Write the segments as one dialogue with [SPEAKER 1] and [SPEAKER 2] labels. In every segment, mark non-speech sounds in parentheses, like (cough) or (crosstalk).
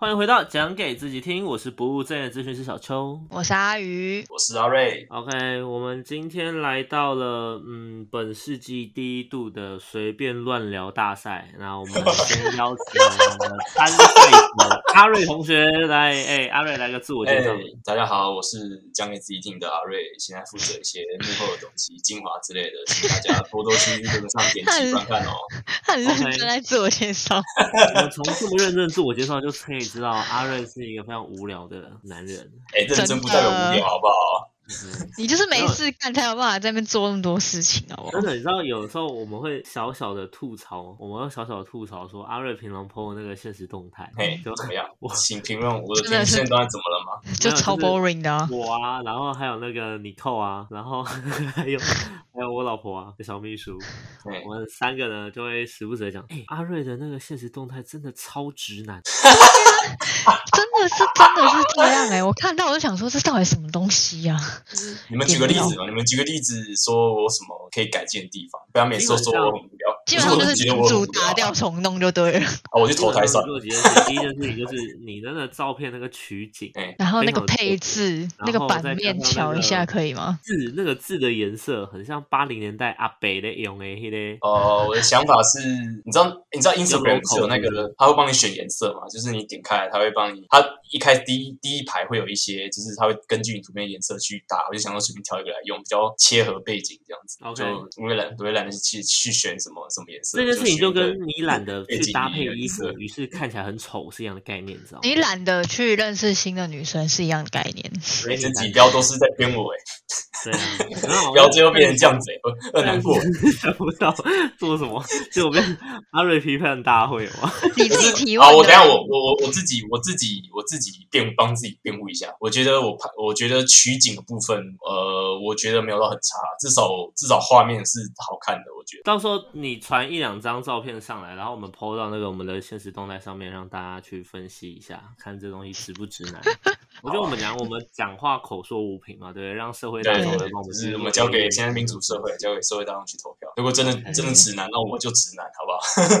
[SPEAKER 1] 欢迎回到讲给自己听，我是不务正业的咨询师小邱。
[SPEAKER 2] 我是阿鱼，
[SPEAKER 3] 我是阿瑞，
[SPEAKER 1] OK，我们今天来到了嗯本世纪第一度的随便乱聊大赛。那我们先邀请我们的参赛者阿瑞同学来，哎、阿瑞来个自我
[SPEAKER 3] 哎、
[SPEAKER 1] 介绍。
[SPEAKER 3] 大家好，我是讲给自己听的阿瑞，现在负责一些幕后的东西、精华之类的，请大家多多去跟上点击
[SPEAKER 2] (laughs)
[SPEAKER 3] 观看哦。
[SPEAKER 2] 他 (laughs) 很认真在自我介绍。
[SPEAKER 1] 我们从这么认真的自我介绍就可以知道，阿瑞是一个非常无聊的男人。
[SPEAKER 3] 哎、认真不代表无聊，好不好？
[SPEAKER 1] 嗯
[SPEAKER 2] 你就是没事干才有办法在那边做那么多事情，啊好不好
[SPEAKER 1] 真？的，你知道有时候我们会小小的吐槽，我们会小小的吐槽说阿瑞平常 PO 的那个现实动态，
[SPEAKER 2] 嗯
[SPEAKER 3] 嘿、
[SPEAKER 1] 就
[SPEAKER 3] 怎么样
[SPEAKER 1] 我？
[SPEAKER 3] 请评论我的
[SPEAKER 2] 真的
[SPEAKER 3] 评
[SPEAKER 2] 是
[SPEAKER 3] 线段怎么了吗？
[SPEAKER 2] 就超
[SPEAKER 1] 没有就是
[SPEAKER 2] boring 的啊、
[SPEAKER 1] 我啊，然后还有那个你扣啊，然后 (laughs) 还有还有我老婆啊，小秘书，
[SPEAKER 3] 哎、
[SPEAKER 1] 我们三个呢就会时不时的讲，哎、阿瑞的那个现实动态真的超直男，
[SPEAKER 2] 真的是真的是这样哎、我看到我就想说，这到底什么东西啊呀、
[SPEAKER 3] 你们举个例子吧，你们举个例子说我什么可以改进的地方，不要每次都说我很无聊。
[SPEAKER 2] 基本上就
[SPEAKER 3] 可
[SPEAKER 2] 是
[SPEAKER 3] 是
[SPEAKER 2] 群
[SPEAKER 3] 我觉得我
[SPEAKER 2] 主
[SPEAKER 3] 很无聊
[SPEAKER 2] 打掉重弄就对了，
[SPEAKER 3] 啊，我去投胎算
[SPEAKER 1] 做
[SPEAKER 3] 了。
[SPEAKER 1] 几件事，第一件事情就是你那个照片那个取景。
[SPEAKER 3] 哎、
[SPEAKER 2] 然后那个
[SPEAKER 1] 非常有
[SPEAKER 2] 配置、
[SPEAKER 1] 然
[SPEAKER 2] 那个
[SPEAKER 1] 后再
[SPEAKER 2] 版
[SPEAKER 1] 加
[SPEAKER 2] 面
[SPEAKER 1] 上那
[SPEAKER 2] 调一
[SPEAKER 1] 个
[SPEAKER 2] 下可以吗？
[SPEAKER 1] 字那个字的颜色很像八零年代阿北的用的迄个，
[SPEAKER 3] 哦，我的想法是，你知道，你知道 Instagram 是有那
[SPEAKER 1] 有 logo 是不
[SPEAKER 3] 个，它会帮你选颜色嘛？就是你点开，它会帮你，它一开始第一第一排会有一些，就是它会根据你图片颜色去搭。我就想说随便挑一个来用，比较切合背景这样子。
[SPEAKER 1] OK
[SPEAKER 3] 就我也懒，我也懒得去去选什么什么颜色。
[SPEAKER 1] 这件事情
[SPEAKER 3] 就
[SPEAKER 1] 就
[SPEAKER 3] 选一
[SPEAKER 1] 跟
[SPEAKER 3] 个
[SPEAKER 1] 你懒得
[SPEAKER 3] 背
[SPEAKER 1] 去
[SPEAKER 3] 景
[SPEAKER 1] 搭
[SPEAKER 3] 里
[SPEAKER 1] 配
[SPEAKER 3] 的
[SPEAKER 1] 衣服
[SPEAKER 3] 颜色，
[SPEAKER 1] 于是看起来很丑是一样的概念，你知道吗？
[SPEAKER 2] 你懒得去认识新的女生是一样的概念。
[SPEAKER 3] 哎、这几标都是在编我哎、
[SPEAKER 1] 对
[SPEAKER 3] (laughs)
[SPEAKER 1] 啊，然后
[SPEAKER 3] 标最后变成这
[SPEAKER 1] (laughs)
[SPEAKER 3] 样子哎、我我很难过。
[SPEAKER 1] 想不到做什么，结果变阿瑞批判大会嘛。 (laughs)
[SPEAKER 2] 你
[SPEAKER 3] 可
[SPEAKER 2] 自己
[SPEAKER 3] 是
[SPEAKER 2] 提问
[SPEAKER 3] 好，
[SPEAKER 2] 的。
[SPEAKER 3] 哦我等一下我我我我自己我自己我自己辩帮自己辩护一下。我觉得我拍我觉得取景的部分，呃，我觉得没有到很差，至少至少画面是好看的。我觉得
[SPEAKER 1] 到时候你传一两张照片上来，然后我们 PO 到那个我们的现实动态上面，让大家去分析一下，看这东西直不直男。 (laughs) 我觉得我们讲我们讲话口说无凭嘛，对不对，让社会大
[SPEAKER 3] 对
[SPEAKER 1] 众
[SPEAKER 3] 对
[SPEAKER 1] 来
[SPEAKER 3] 对
[SPEAKER 1] 帮我，们
[SPEAKER 3] 就
[SPEAKER 1] 去做一
[SPEAKER 3] 是
[SPEAKER 1] 个。
[SPEAKER 3] 我们交给现在民主社会，交给社会大众去投票。如果真的真的直男，那我就直男，好不好？
[SPEAKER 2] (laughs)
[SPEAKER 1] OK，哦你就直男
[SPEAKER 2] 你就烂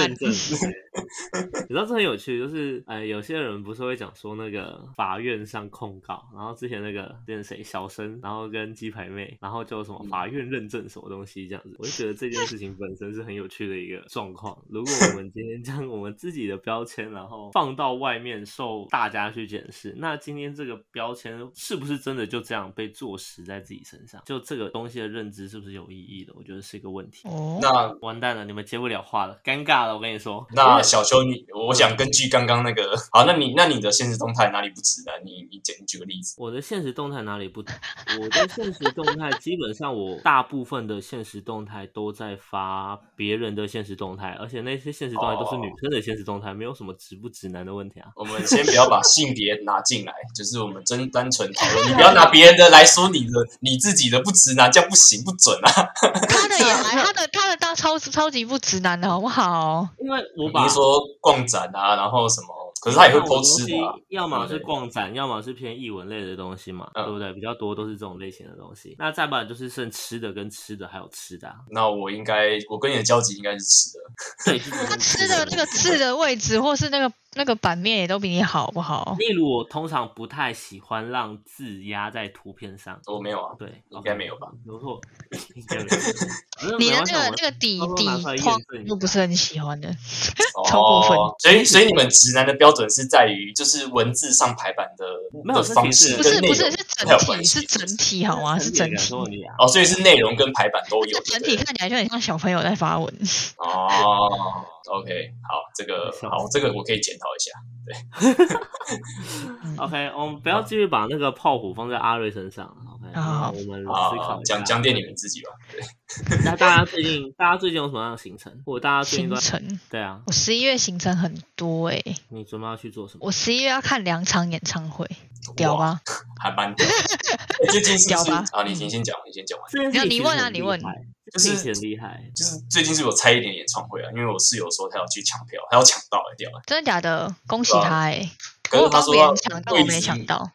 [SPEAKER 1] 认证。你知道这很有趣，就是呃，有些人不是会讲说那个法院上控告，然后之前那个之前谁小生，然后跟鸡排妹，然后就什
[SPEAKER 2] 嗯
[SPEAKER 1] 么法院认证什么东西这样子，我就觉得这件事情本身是很有趣的一个状况。如果我们今天将我们自己的标签，然后放到外面受大家去检视，那今天这个标签是不是真的就这样被坐实在自己身上？就这个东西的认知是不是有意义的？我觉得是一个问题。
[SPEAKER 2] 哦，
[SPEAKER 3] 那
[SPEAKER 1] 完蛋了，你们接不了话了，尴尬了，我跟你说。
[SPEAKER 3] 那小邱，你我想根据刚刚那个，好，那你那你的现实动态哪里不直男？你你举你举个例子。
[SPEAKER 1] 我的现实动态哪里不？我的现实动态基本上我大部分的现实动态都在发别人的现实动态，而且那些现实动态都是女生的现实动态，没有什么直不直男的问题啊。
[SPEAKER 3] 我们先不要把性别拿进来，就是我们真单纯讨论。你不要拿别人的来说你的你自己的不直男，这样不行不准啊！
[SPEAKER 2] 他的也还，他的他的当超超级不直男的好不好？
[SPEAKER 1] 因为我
[SPEAKER 3] 比如
[SPEAKER 1] 把
[SPEAKER 3] 说逛展啊，然后什么，可是他也会
[SPEAKER 1] 看我的
[SPEAKER 3] 偷吃的、啊
[SPEAKER 1] 东。西要么
[SPEAKER 3] 对
[SPEAKER 1] 是
[SPEAKER 3] 不对
[SPEAKER 1] 逛展，要么是偏译文类的东西嘛，
[SPEAKER 3] 嗯
[SPEAKER 1] 对不对？比较多都是这种类型的东西。那再不然就是剩吃的跟吃的，还有吃
[SPEAKER 3] (laughs)
[SPEAKER 1] 的、啊，
[SPEAKER 3] 那我应该，我跟你的交集应该是吃的。
[SPEAKER 1] 对，就是
[SPEAKER 2] 他
[SPEAKER 1] 跟
[SPEAKER 2] 吃
[SPEAKER 1] 的
[SPEAKER 2] 的那个刺的位置，或是那个那个版面也都比你好，好不 (laughs) 好？
[SPEAKER 1] 例如，我通常不太喜欢让字压在图片上。
[SPEAKER 3] 我没有
[SPEAKER 1] (laughs)
[SPEAKER 3] 啊，
[SPEAKER 1] 对，哦
[SPEAKER 3] 应该没有吧？
[SPEAKER 1] 不
[SPEAKER 3] (laughs)
[SPEAKER 1] 错，应该没有。
[SPEAKER 2] 你
[SPEAKER 1] 没
[SPEAKER 2] 的
[SPEAKER 1] 关
[SPEAKER 2] 那
[SPEAKER 1] 系
[SPEAKER 2] 个
[SPEAKER 1] 我
[SPEAKER 2] 那个底
[SPEAKER 1] 偷偷拿出来
[SPEAKER 2] 底
[SPEAKER 1] 验
[SPEAKER 2] 框
[SPEAKER 1] 证一
[SPEAKER 2] 就不
[SPEAKER 1] 下
[SPEAKER 2] 是很喜欢的，
[SPEAKER 3] 哦
[SPEAKER 2] 超过分
[SPEAKER 3] 所以，所以你们直男的标准是在于，就是文字上排版的
[SPEAKER 1] 没有
[SPEAKER 3] 的方
[SPEAKER 1] 这
[SPEAKER 3] 式
[SPEAKER 2] 不
[SPEAKER 1] 其实
[SPEAKER 2] 是
[SPEAKER 3] 跟内
[SPEAKER 2] 不是是
[SPEAKER 3] 容不太
[SPEAKER 2] 整
[SPEAKER 3] 有关
[SPEAKER 2] 体
[SPEAKER 3] 系
[SPEAKER 2] 是整
[SPEAKER 3] (laughs)
[SPEAKER 2] 体好吗？是整
[SPEAKER 1] 感
[SPEAKER 2] 体
[SPEAKER 1] 受，你啊。
[SPEAKER 3] 哦，所以是内容跟排版都
[SPEAKER 2] 这
[SPEAKER 3] 有就对
[SPEAKER 2] 整
[SPEAKER 3] 了。
[SPEAKER 2] 体看起来就很像小朋友在发文。
[SPEAKER 3] 哦，OK，好，这个
[SPEAKER 1] 笑
[SPEAKER 3] 好，这个我可以检讨一下。
[SPEAKER 2] 嗯 (laughs)
[SPEAKER 1] OK，我们不要继续把那个炮火放在阿瑞身上。OK，啊
[SPEAKER 2] 好
[SPEAKER 1] 那我们思
[SPEAKER 3] 啊
[SPEAKER 1] 考，一下
[SPEAKER 3] 讲讲点你们自己吧。
[SPEAKER 1] 那大家最
[SPEAKER 3] (laughs)
[SPEAKER 1] 近，大家最近有什么样的行程？或者大家最近
[SPEAKER 2] 行
[SPEAKER 1] 都在
[SPEAKER 2] 程，
[SPEAKER 1] 对啊，
[SPEAKER 2] 我十一月行程很多诶、
[SPEAKER 1] 你准备要去做什么？
[SPEAKER 2] 我十一月要看两场演唱会，屌
[SPEAKER 3] 哇？
[SPEAKER 2] 吧？ (laughs)
[SPEAKER 3] 还蛮屌。最近是不
[SPEAKER 2] 屌
[SPEAKER 3] 是
[SPEAKER 2] 吧
[SPEAKER 3] 啊？你你先讲，你先讲完。
[SPEAKER 1] 这件
[SPEAKER 2] 没
[SPEAKER 1] 事
[SPEAKER 2] 有
[SPEAKER 1] 情
[SPEAKER 2] 你
[SPEAKER 1] 其实
[SPEAKER 2] 问啊
[SPEAKER 1] 很
[SPEAKER 2] 你
[SPEAKER 1] 厉
[SPEAKER 2] 问
[SPEAKER 1] 害
[SPEAKER 3] 就是
[SPEAKER 1] 并且厉害，
[SPEAKER 3] 就是最近是有猜一点演唱会啊，因为我室友说他要去抢票，他要抢到哎、掉了。
[SPEAKER 2] 真的假的？恭喜
[SPEAKER 3] 对啊
[SPEAKER 2] 他哎、
[SPEAKER 3] 可
[SPEAKER 2] 我
[SPEAKER 3] 是
[SPEAKER 2] 有
[SPEAKER 3] 他
[SPEAKER 2] 帮
[SPEAKER 3] 说
[SPEAKER 2] 别人
[SPEAKER 3] 他
[SPEAKER 2] 抢到，
[SPEAKER 3] 位
[SPEAKER 2] 我
[SPEAKER 3] 置
[SPEAKER 2] 没抢到。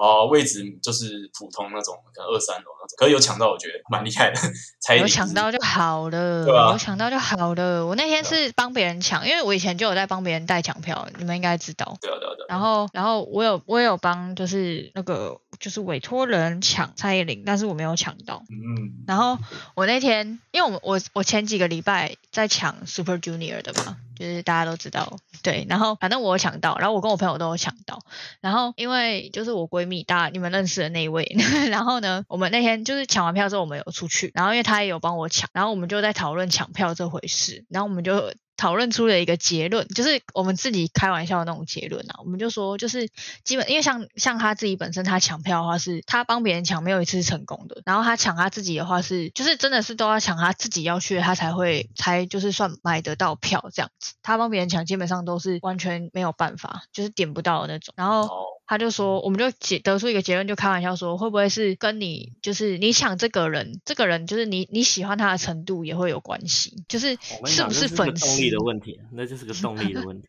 [SPEAKER 3] 哦，位置就是普通那种，可能二三楼那种，可是有抢到，我觉得蛮厉害的， (laughs) 猜一
[SPEAKER 2] 有
[SPEAKER 3] 点
[SPEAKER 2] 抢到就好了，
[SPEAKER 3] 对啊
[SPEAKER 2] 有抢到就好了。我那天
[SPEAKER 3] 对啊
[SPEAKER 2] 是帮别人抢，因为我以前就有在帮别人代抢票，你们应该知道。
[SPEAKER 3] 对啊对啊对啊，
[SPEAKER 2] 然后，然后我有我有帮就是那个就是委托人抢蔡依林，但是我没有抢到。
[SPEAKER 3] 嗯，
[SPEAKER 2] 然后我那天，因为我们我我前几个礼拜在抢 Super Junior 的嘛，就是大家都知道，对。然后反正我有抢到，然后我跟我朋友都有抢到。然后因为就是我闺蜜，大家你们认识的那一位， (laughs) 然后呢，我们那天就是抢完票之后，我们有出去，然后因为她也有帮我抢，然后我们就在讨论抢票这回事，然后我们就。讨论出了一个结论，就是我们自己开玩笑的那种结论啊。我们就说，就是基本因为像像他自己本身他抢票的话是，他帮别人抢没有一次是成功的，然后他抢他自己的话是，就是真的是都要抢他自己要去的，他才会才就是算买得到票这样子。他帮别人抢基本上都是完全没有办法，就是点不到的那种。然后
[SPEAKER 3] 哦，
[SPEAKER 2] 他就说，我们就结得出一个结论，就开玩笑说，会不会是跟你就是你抢这个人，这个人就是你你喜欢他的程度也会有关系，就是
[SPEAKER 1] 我跟你
[SPEAKER 2] 是
[SPEAKER 1] 讲
[SPEAKER 2] 不
[SPEAKER 1] 这
[SPEAKER 2] 是
[SPEAKER 1] 是个
[SPEAKER 2] 粉
[SPEAKER 1] 动
[SPEAKER 2] 丝，
[SPEAKER 1] 力的问题，啊那就是个动力的问题。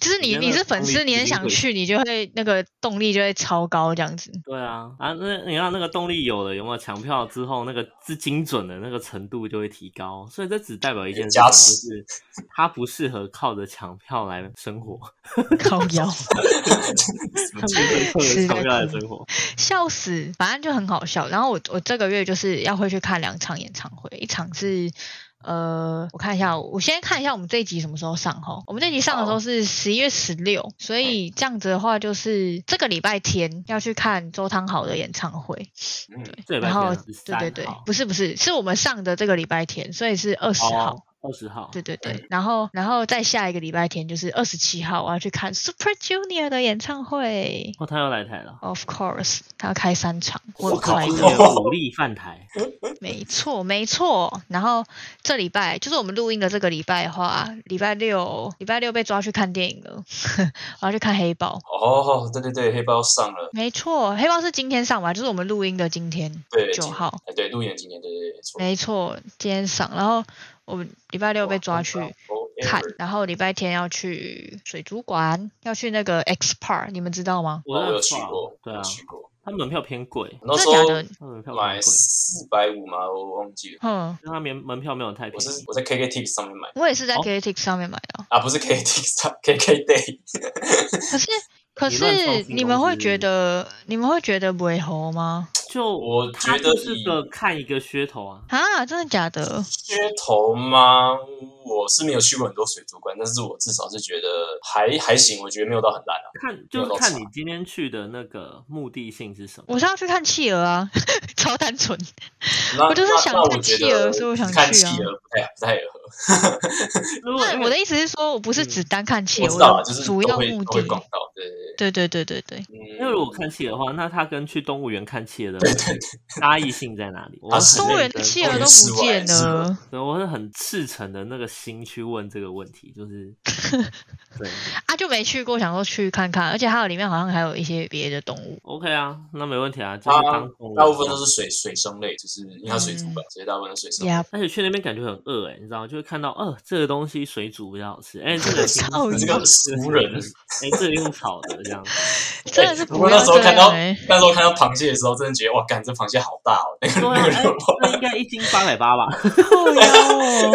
[SPEAKER 2] 就是
[SPEAKER 1] 你
[SPEAKER 2] 你你
[SPEAKER 1] 那个
[SPEAKER 2] 是粉
[SPEAKER 1] 动力
[SPEAKER 2] 丝，你
[SPEAKER 1] 一
[SPEAKER 2] 很
[SPEAKER 1] 定
[SPEAKER 2] 想
[SPEAKER 1] 会
[SPEAKER 2] 去，你就会那个动力就会超高这
[SPEAKER 1] (laughs)
[SPEAKER 2] 样子。
[SPEAKER 1] 对啊，啊，那你看那个动力有了，有没有抢票之后，那个是精准的那个程度就会提高，所以这只代表一件事情，
[SPEAKER 3] 哎加
[SPEAKER 1] 就
[SPEAKER 3] 持
[SPEAKER 1] 是他不适合靠着抢票来生活，
[SPEAKER 2] 靠腰，
[SPEAKER 1] (laughs) 他不适合靠着抢票来生
[SPEAKER 2] (laughs)
[SPEAKER 1] 活。
[SPEAKER 2] 笑死，反正就很好笑。然后我我这个月就是要会去看两场演唱会，一场是呃，我看一下，我先看一下我们这一集什么时候上哈。我们这集上的时候是十一月十六，所以这样子的话就是这个礼拜天要去看周汤豪的演唱会，
[SPEAKER 3] 嗯，
[SPEAKER 1] 这礼拜
[SPEAKER 2] 然后
[SPEAKER 1] 天
[SPEAKER 2] 对对对
[SPEAKER 1] 13号，
[SPEAKER 2] 不是不是，是我们上的这个礼拜天，所以是二十号。
[SPEAKER 1] 哦，二十号，
[SPEAKER 2] 对对对，然后然后再下一个礼拜天就是二十七号，我要去看 Super Junior 的演唱会。
[SPEAKER 1] 哦，他又来台了。
[SPEAKER 2] Of course，他要开三场，我
[SPEAKER 3] 我
[SPEAKER 2] 很
[SPEAKER 3] 靠
[SPEAKER 2] 快
[SPEAKER 1] 这
[SPEAKER 2] 乐。
[SPEAKER 1] 个武力犯
[SPEAKER 3] (laughs)
[SPEAKER 1] 台，
[SPEAKER 2] 没错，没错。然后这礼拜就是我们录音的这个礼拜的话，礼拜六，礼拜六被抓去看电影了， (laughs) 我要去看《黑豹》。
[SPEAKER 3] 哦，对对对，黑豹上了，
[SPEAKER 2] 没错，《黑豹》是今天上吧？就是我们录音的今天
[SPEAKER 3] 对，
[SPEAKER 2] 九
[SPEAKER 3] 今
[SPEAKER 2] 号。
[SPEAKER 3] 哎对，路演今天对对对，错
[SPEAKER 2] 没错，今天上。然后我们礼拜六被抓
[SPEAKER 3] 哦
[SPEAKER 2] 去看，然后礼拜天要去水族馆，要去那个 X Park，你们知道吗？
[SPEAKER 3] 哦我
[SPEAKER 1] 在
[SPEAKER 3] 有去
[SPEAKER 1] 放
[SPEAKER 3] 过，
[SPEAKER 1] 对
[SPEAKER 3] 我
[SPEAKER 1] 啊
[SPEAKER 3] 有，去过，
[SPEAKER 1] 他门票偏贵，
[SPEAKER 3] 那时
[SPEAKER 2] 真的假的
[SPEAKER 3] 候？
[SPEAKER 1] 他门票偏
[SPEAKER 3] 买
[SPEAKER 1] 贵，
[SPEAKER 3] 四百五嘛，我忘记了，
[SPEAKER 2] 嗯，
[SPEAKER 1] 但他门门票没有太
[SPEAKER 3] 我
[SPEAKER 1] 便
[SPEAKER 3] 是
[SPEAKER 1] 宜，
[SPEAKER 3] 我在 KK Tip 上面买的
[SPEAKER 2] 我也是在
[SPEAKER 1] 哦
[SPEAKER 2] k t i x 上面买的啊。
[SPEAKER 3] 啊，不是 KK Tip 上 KK Day，
[SPEAKER 2] 可是，可
[SPEAKER 1] 你乱送
[SPEAKER 2] 是
[SPEAKER 1] 新
[SPEAKER 2] 你
[SPEAKER 1] 东
[SPEAKER 2] 们会
[SPEAKER 1] 西
[SPEAKER 2] 觉得你们会觉得不会猴吗？
[SPEAKER 1] 就
[SPEAKER 3] 我
[SPEAKER 1] 他
[SPEAKER 3] 觉得
[SPEAKER 1] 就是
[SPEAKER 3] 以
[SPEAKER 1] 个看一个噱头啊，
[SPEAKER 2] 啊，真的假的？
[SPEAKER 3] 噱头吗？我是没有去过很多水族馆，但是我至少是觉得还还行，我觉得没有到很烂啊。
[SPEAKER 1] 看就是看你今天去的那个目的性是什么。
[SPEAKER 2] 我是要去看企鹅啊， (laughs) 超单纯。
[SPEAKER 3] 那
[SPEAKER 2] 我就是
[SPEAKER 3] 那
[SPEAKER 2] 想
[SPEAKER 3] 那
[SPEAKER 2] 看
[SPEAKER 3] 我觉
[SPEAKER 2] 企鹅
[SPEAKER 3] 得
[SPEAKER 2] 所以我想去
[SPEAKER 3] 看企
[SPEAKER 2] 啊
[SPEAKER 3] 鹅不太不太合。
[SPEAKER 1] 如果
[SPEAKER 2] 那
[SPEAKER 1] 因
[SPEAKER 2] 我
[SPEAKER 1] 为
[SPEAKER 2] 的意思是说，我不是只单看企
[SPEAKER 3] 我
[SPEAKER 2] 鹅，
[SPEAKER 3] 知道啊，
[SPEAKER 2] 我
[SPEAKER 3] 就是
[SPEAKER 2] 的
[SPEAKER 3] 都
[SPEAKER 2] 主要
[SPEAKER 3] 会
[SPEAKER 2] 目
[SPEAKER 3] 都会逛
[SPEAKER 2] 的。
[SPEAKER 3] 到，对对
[SPEAKER 2] 对对对
[SPEAKER 3] 对。
[SPEAKER 2] 对对，
[SPEAKER 3] 嗯
[SPEAKER 1] 因为如果看企鹅的话，那它跟去动物园看企鹅的
[SPEAKER 3] 对对
[SPEAKER 1] (laughs) 差异性在哪里？我
[SPEAKER 3] 它是
[SPEAKER 2] 啊动
[SPEAKER 1] 很
[SPEAKER 2] 物园
[SPEAKER 1] 认真
[SPEAKER 2] 的企鹅
[SPEAKER 3] 动
[SPEAKER 2] 都
[SPEAKER 3] 物
[SPEAKER 2] 不见
[SPEAKER 3] 园室外是
[SPEAKER 2] 了。
[SPEAKER 1] 对，我是很赤诚的那个心去问这个问题，就是对
[SPEAKER 2] 啊，就没去过，想说去看看，而且还有里面好像还有一些别的动物。
[SPEAKER 1] ，OK 啊，那没问题啊，就是
[SPEAKER 3] 它
[SPEAKER 1] 当动物园
[SPEAKER 3] 大部分都是水水生类，就是因为它水族
[SPEAKER 2] 嗯
[SPEAKER 3] 馆，所以大部分都是水生类。
[SPEAKER 2] 呀，
[SPEAKER 1] 而且去那边感觉很饿哎、你知道吗？就会看到，呃，这个东西水煮比较好吃，哎、这
[SPEAKER 3] (laughs)
[SPEAKER 1] 个青
[SPEAKER 2] 操
[SPEAKER 3] 你这个俗人
[SPEAKER 1] 哎、这个用炒的
[SPEAKER 3] (laughs)
[SPEAKER 1] 这样子，
[SPEAKER 2] 真的是
[SPEAKER 3] 欸
[SPEAKER 2] 不
[SPEAKER 3] 我那
[SPEAKER 2] 要
[SPEAKER 3] 时候
[SPEAKER 2] 这
[SPEAKER 3] 看
[SPEAKER 2] 样
[SPEAKER 3] 到
[SPEAKER 2] 哎、
[SPEAKER 3] 那时候看到螃蟹的时候，真的觉得哇，干这螃蟹好大哦，那个
[SPEAKER 1] 对啊，
[SPEAKER 3] 那个
[SPEAKER 1] 哎、
[SPEAKER 3] 肉。
[SPEAKER 1] 那应该一斤八百八吧， (laughs)
[SPEAKER 2] 靠腰哦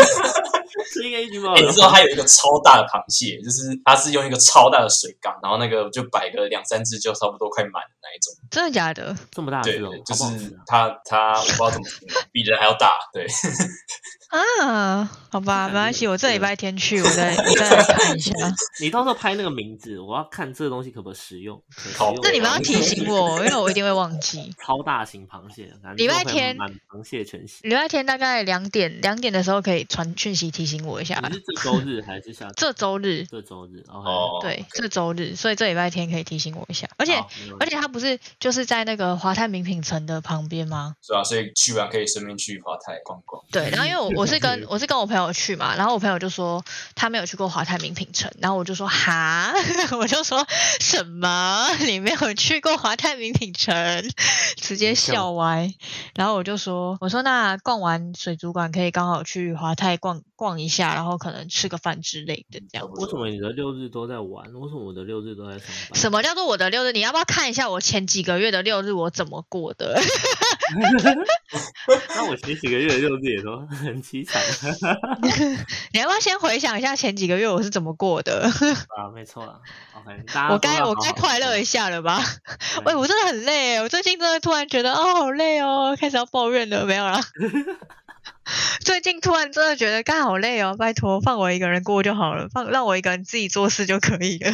[SPEAKER 1] 这应该一斤八
[SPEAKER 3] 哎、
[SPEAKER 1] 百
[SPEAKER 3] 你知道
[SPEAKER 1] 八。
[SPEAKER 3] 它有一个超大的螃蟹，就是它是用一个超大的水缸，然后那个就摆个两三只，就差不多快满的那一种。
[SPEAKER 2] (laughs) 真的假的？
[SPEAKER 1] 这么大
[SPEAKER 3] 对
[SPEAKER 1] 只哦，，
[SPEAKER 3] 就
[SPEAKER 1] 好不好吃
[SPEAKER 3] 是
[SPEAKER 1] 啊？
[SPEAKER 3] 它它我不知道怎么形容，比人还要大。
[SPEAKER 1] (laughs)
[SPEAKER 3] 对，
[SPEAKER 2] 啊，好吧，
[SPEAKER 1] 这感觉
[SPEAKER 2] 没关系，我这礼
[SPEAKER 1] 是
[SPEAKER 2] 拜天去，我再我再来看一下。
[SPEAKER 1] 你到时候拍那个名字，我要看这个东西可不可食用。可食
[SPEAKER 3] 靠
[SPEAKER 1] 用
[SPEAKER 2] 那你
[SPEAKER 3] 北
[SPEAKER 2] 们
[SPEAKER 3] 啊
[SPEAKER 2] 要提
[SPEAKER 3] (laughs)
[SPEAKER 2] 醒我，因为我一定会忘记。
[SPEAKER 1] 超大型螃蟹，感觉
[SPEAKER 2] 礼拜
[SPEAKER 1] 就会
[SPEAKER 2] 天
[SPEAKER 1] 满螃蟹全席。
[SPEAKER 2] 礼拜天大概两点，两点的时候可以传讯息提醒我一下。
[SPEAKER 3] 嗯
[SPEAKER 1] 你是这周日还是下周？
[SPEAKER 2] 这周日，
[SPEAKER 1] 这周日，OK
[SPEAKER 3] 哦，
[SPEAKER 2] 对，
[SPEAKER 3] OK 嗯
[SPEAKER 2] 这周日，所以这礼拜天可以提醒我一下。而且
[SPEAKER 1] 好没问题
[SPEAKER 2] 而且它不是就是在那个华泰名品城的旁边吗？
[SPEAKER 3] 是啊，所以去完可以顺便去华泰逛逛。
[SPEAKER 2] 对，然后因为我我是跟我是跟我朋友去嘛，然后我朋友就说他没有去过华泰名品城，然后我就说哈， (laughs) 我就说什么你没有去过华泰名品城，直接笑歪。然后我就说我说那逛完水族馆可以刚好去华泰逛逛一下，然后可能吃个饭之类的这样。
[SPEAKER 1] 为什么你的六日都在玩？为什么我的六日都在上班？
[SPEAKER 2] 什么叫做我的六日？你要不要看一下我前几个月的六日我怎么过的？ (laughs)
[SPEAKER 1] 那我前几个月的六日也都 (laughs) 很凄惨
[SPEAKER 2] 你要不要先回想一下前几个月我是怎么过的？
[SPEAKER 1] 啊，没错啊。OK，大家
[SPEAKER 2] 我
[SPEAKER 1] 都要
[SPEAKER 2] 该我
[SPEAKER 1] 好
[SPEAKER 2] 该
[SPEAKER 1] 好
[SPEAKER 2] 快乐一下了吧？
[SPEAKER 1] 对
[SPEAKER 2] 喂，我真的很累耶，我最近真的突然觉得哦好累哦，开始要抱怨了，没有啦。最近突然真的觉得干好累哦，拜托放我一个人过就好了，放让我一个人自己做事就可以了。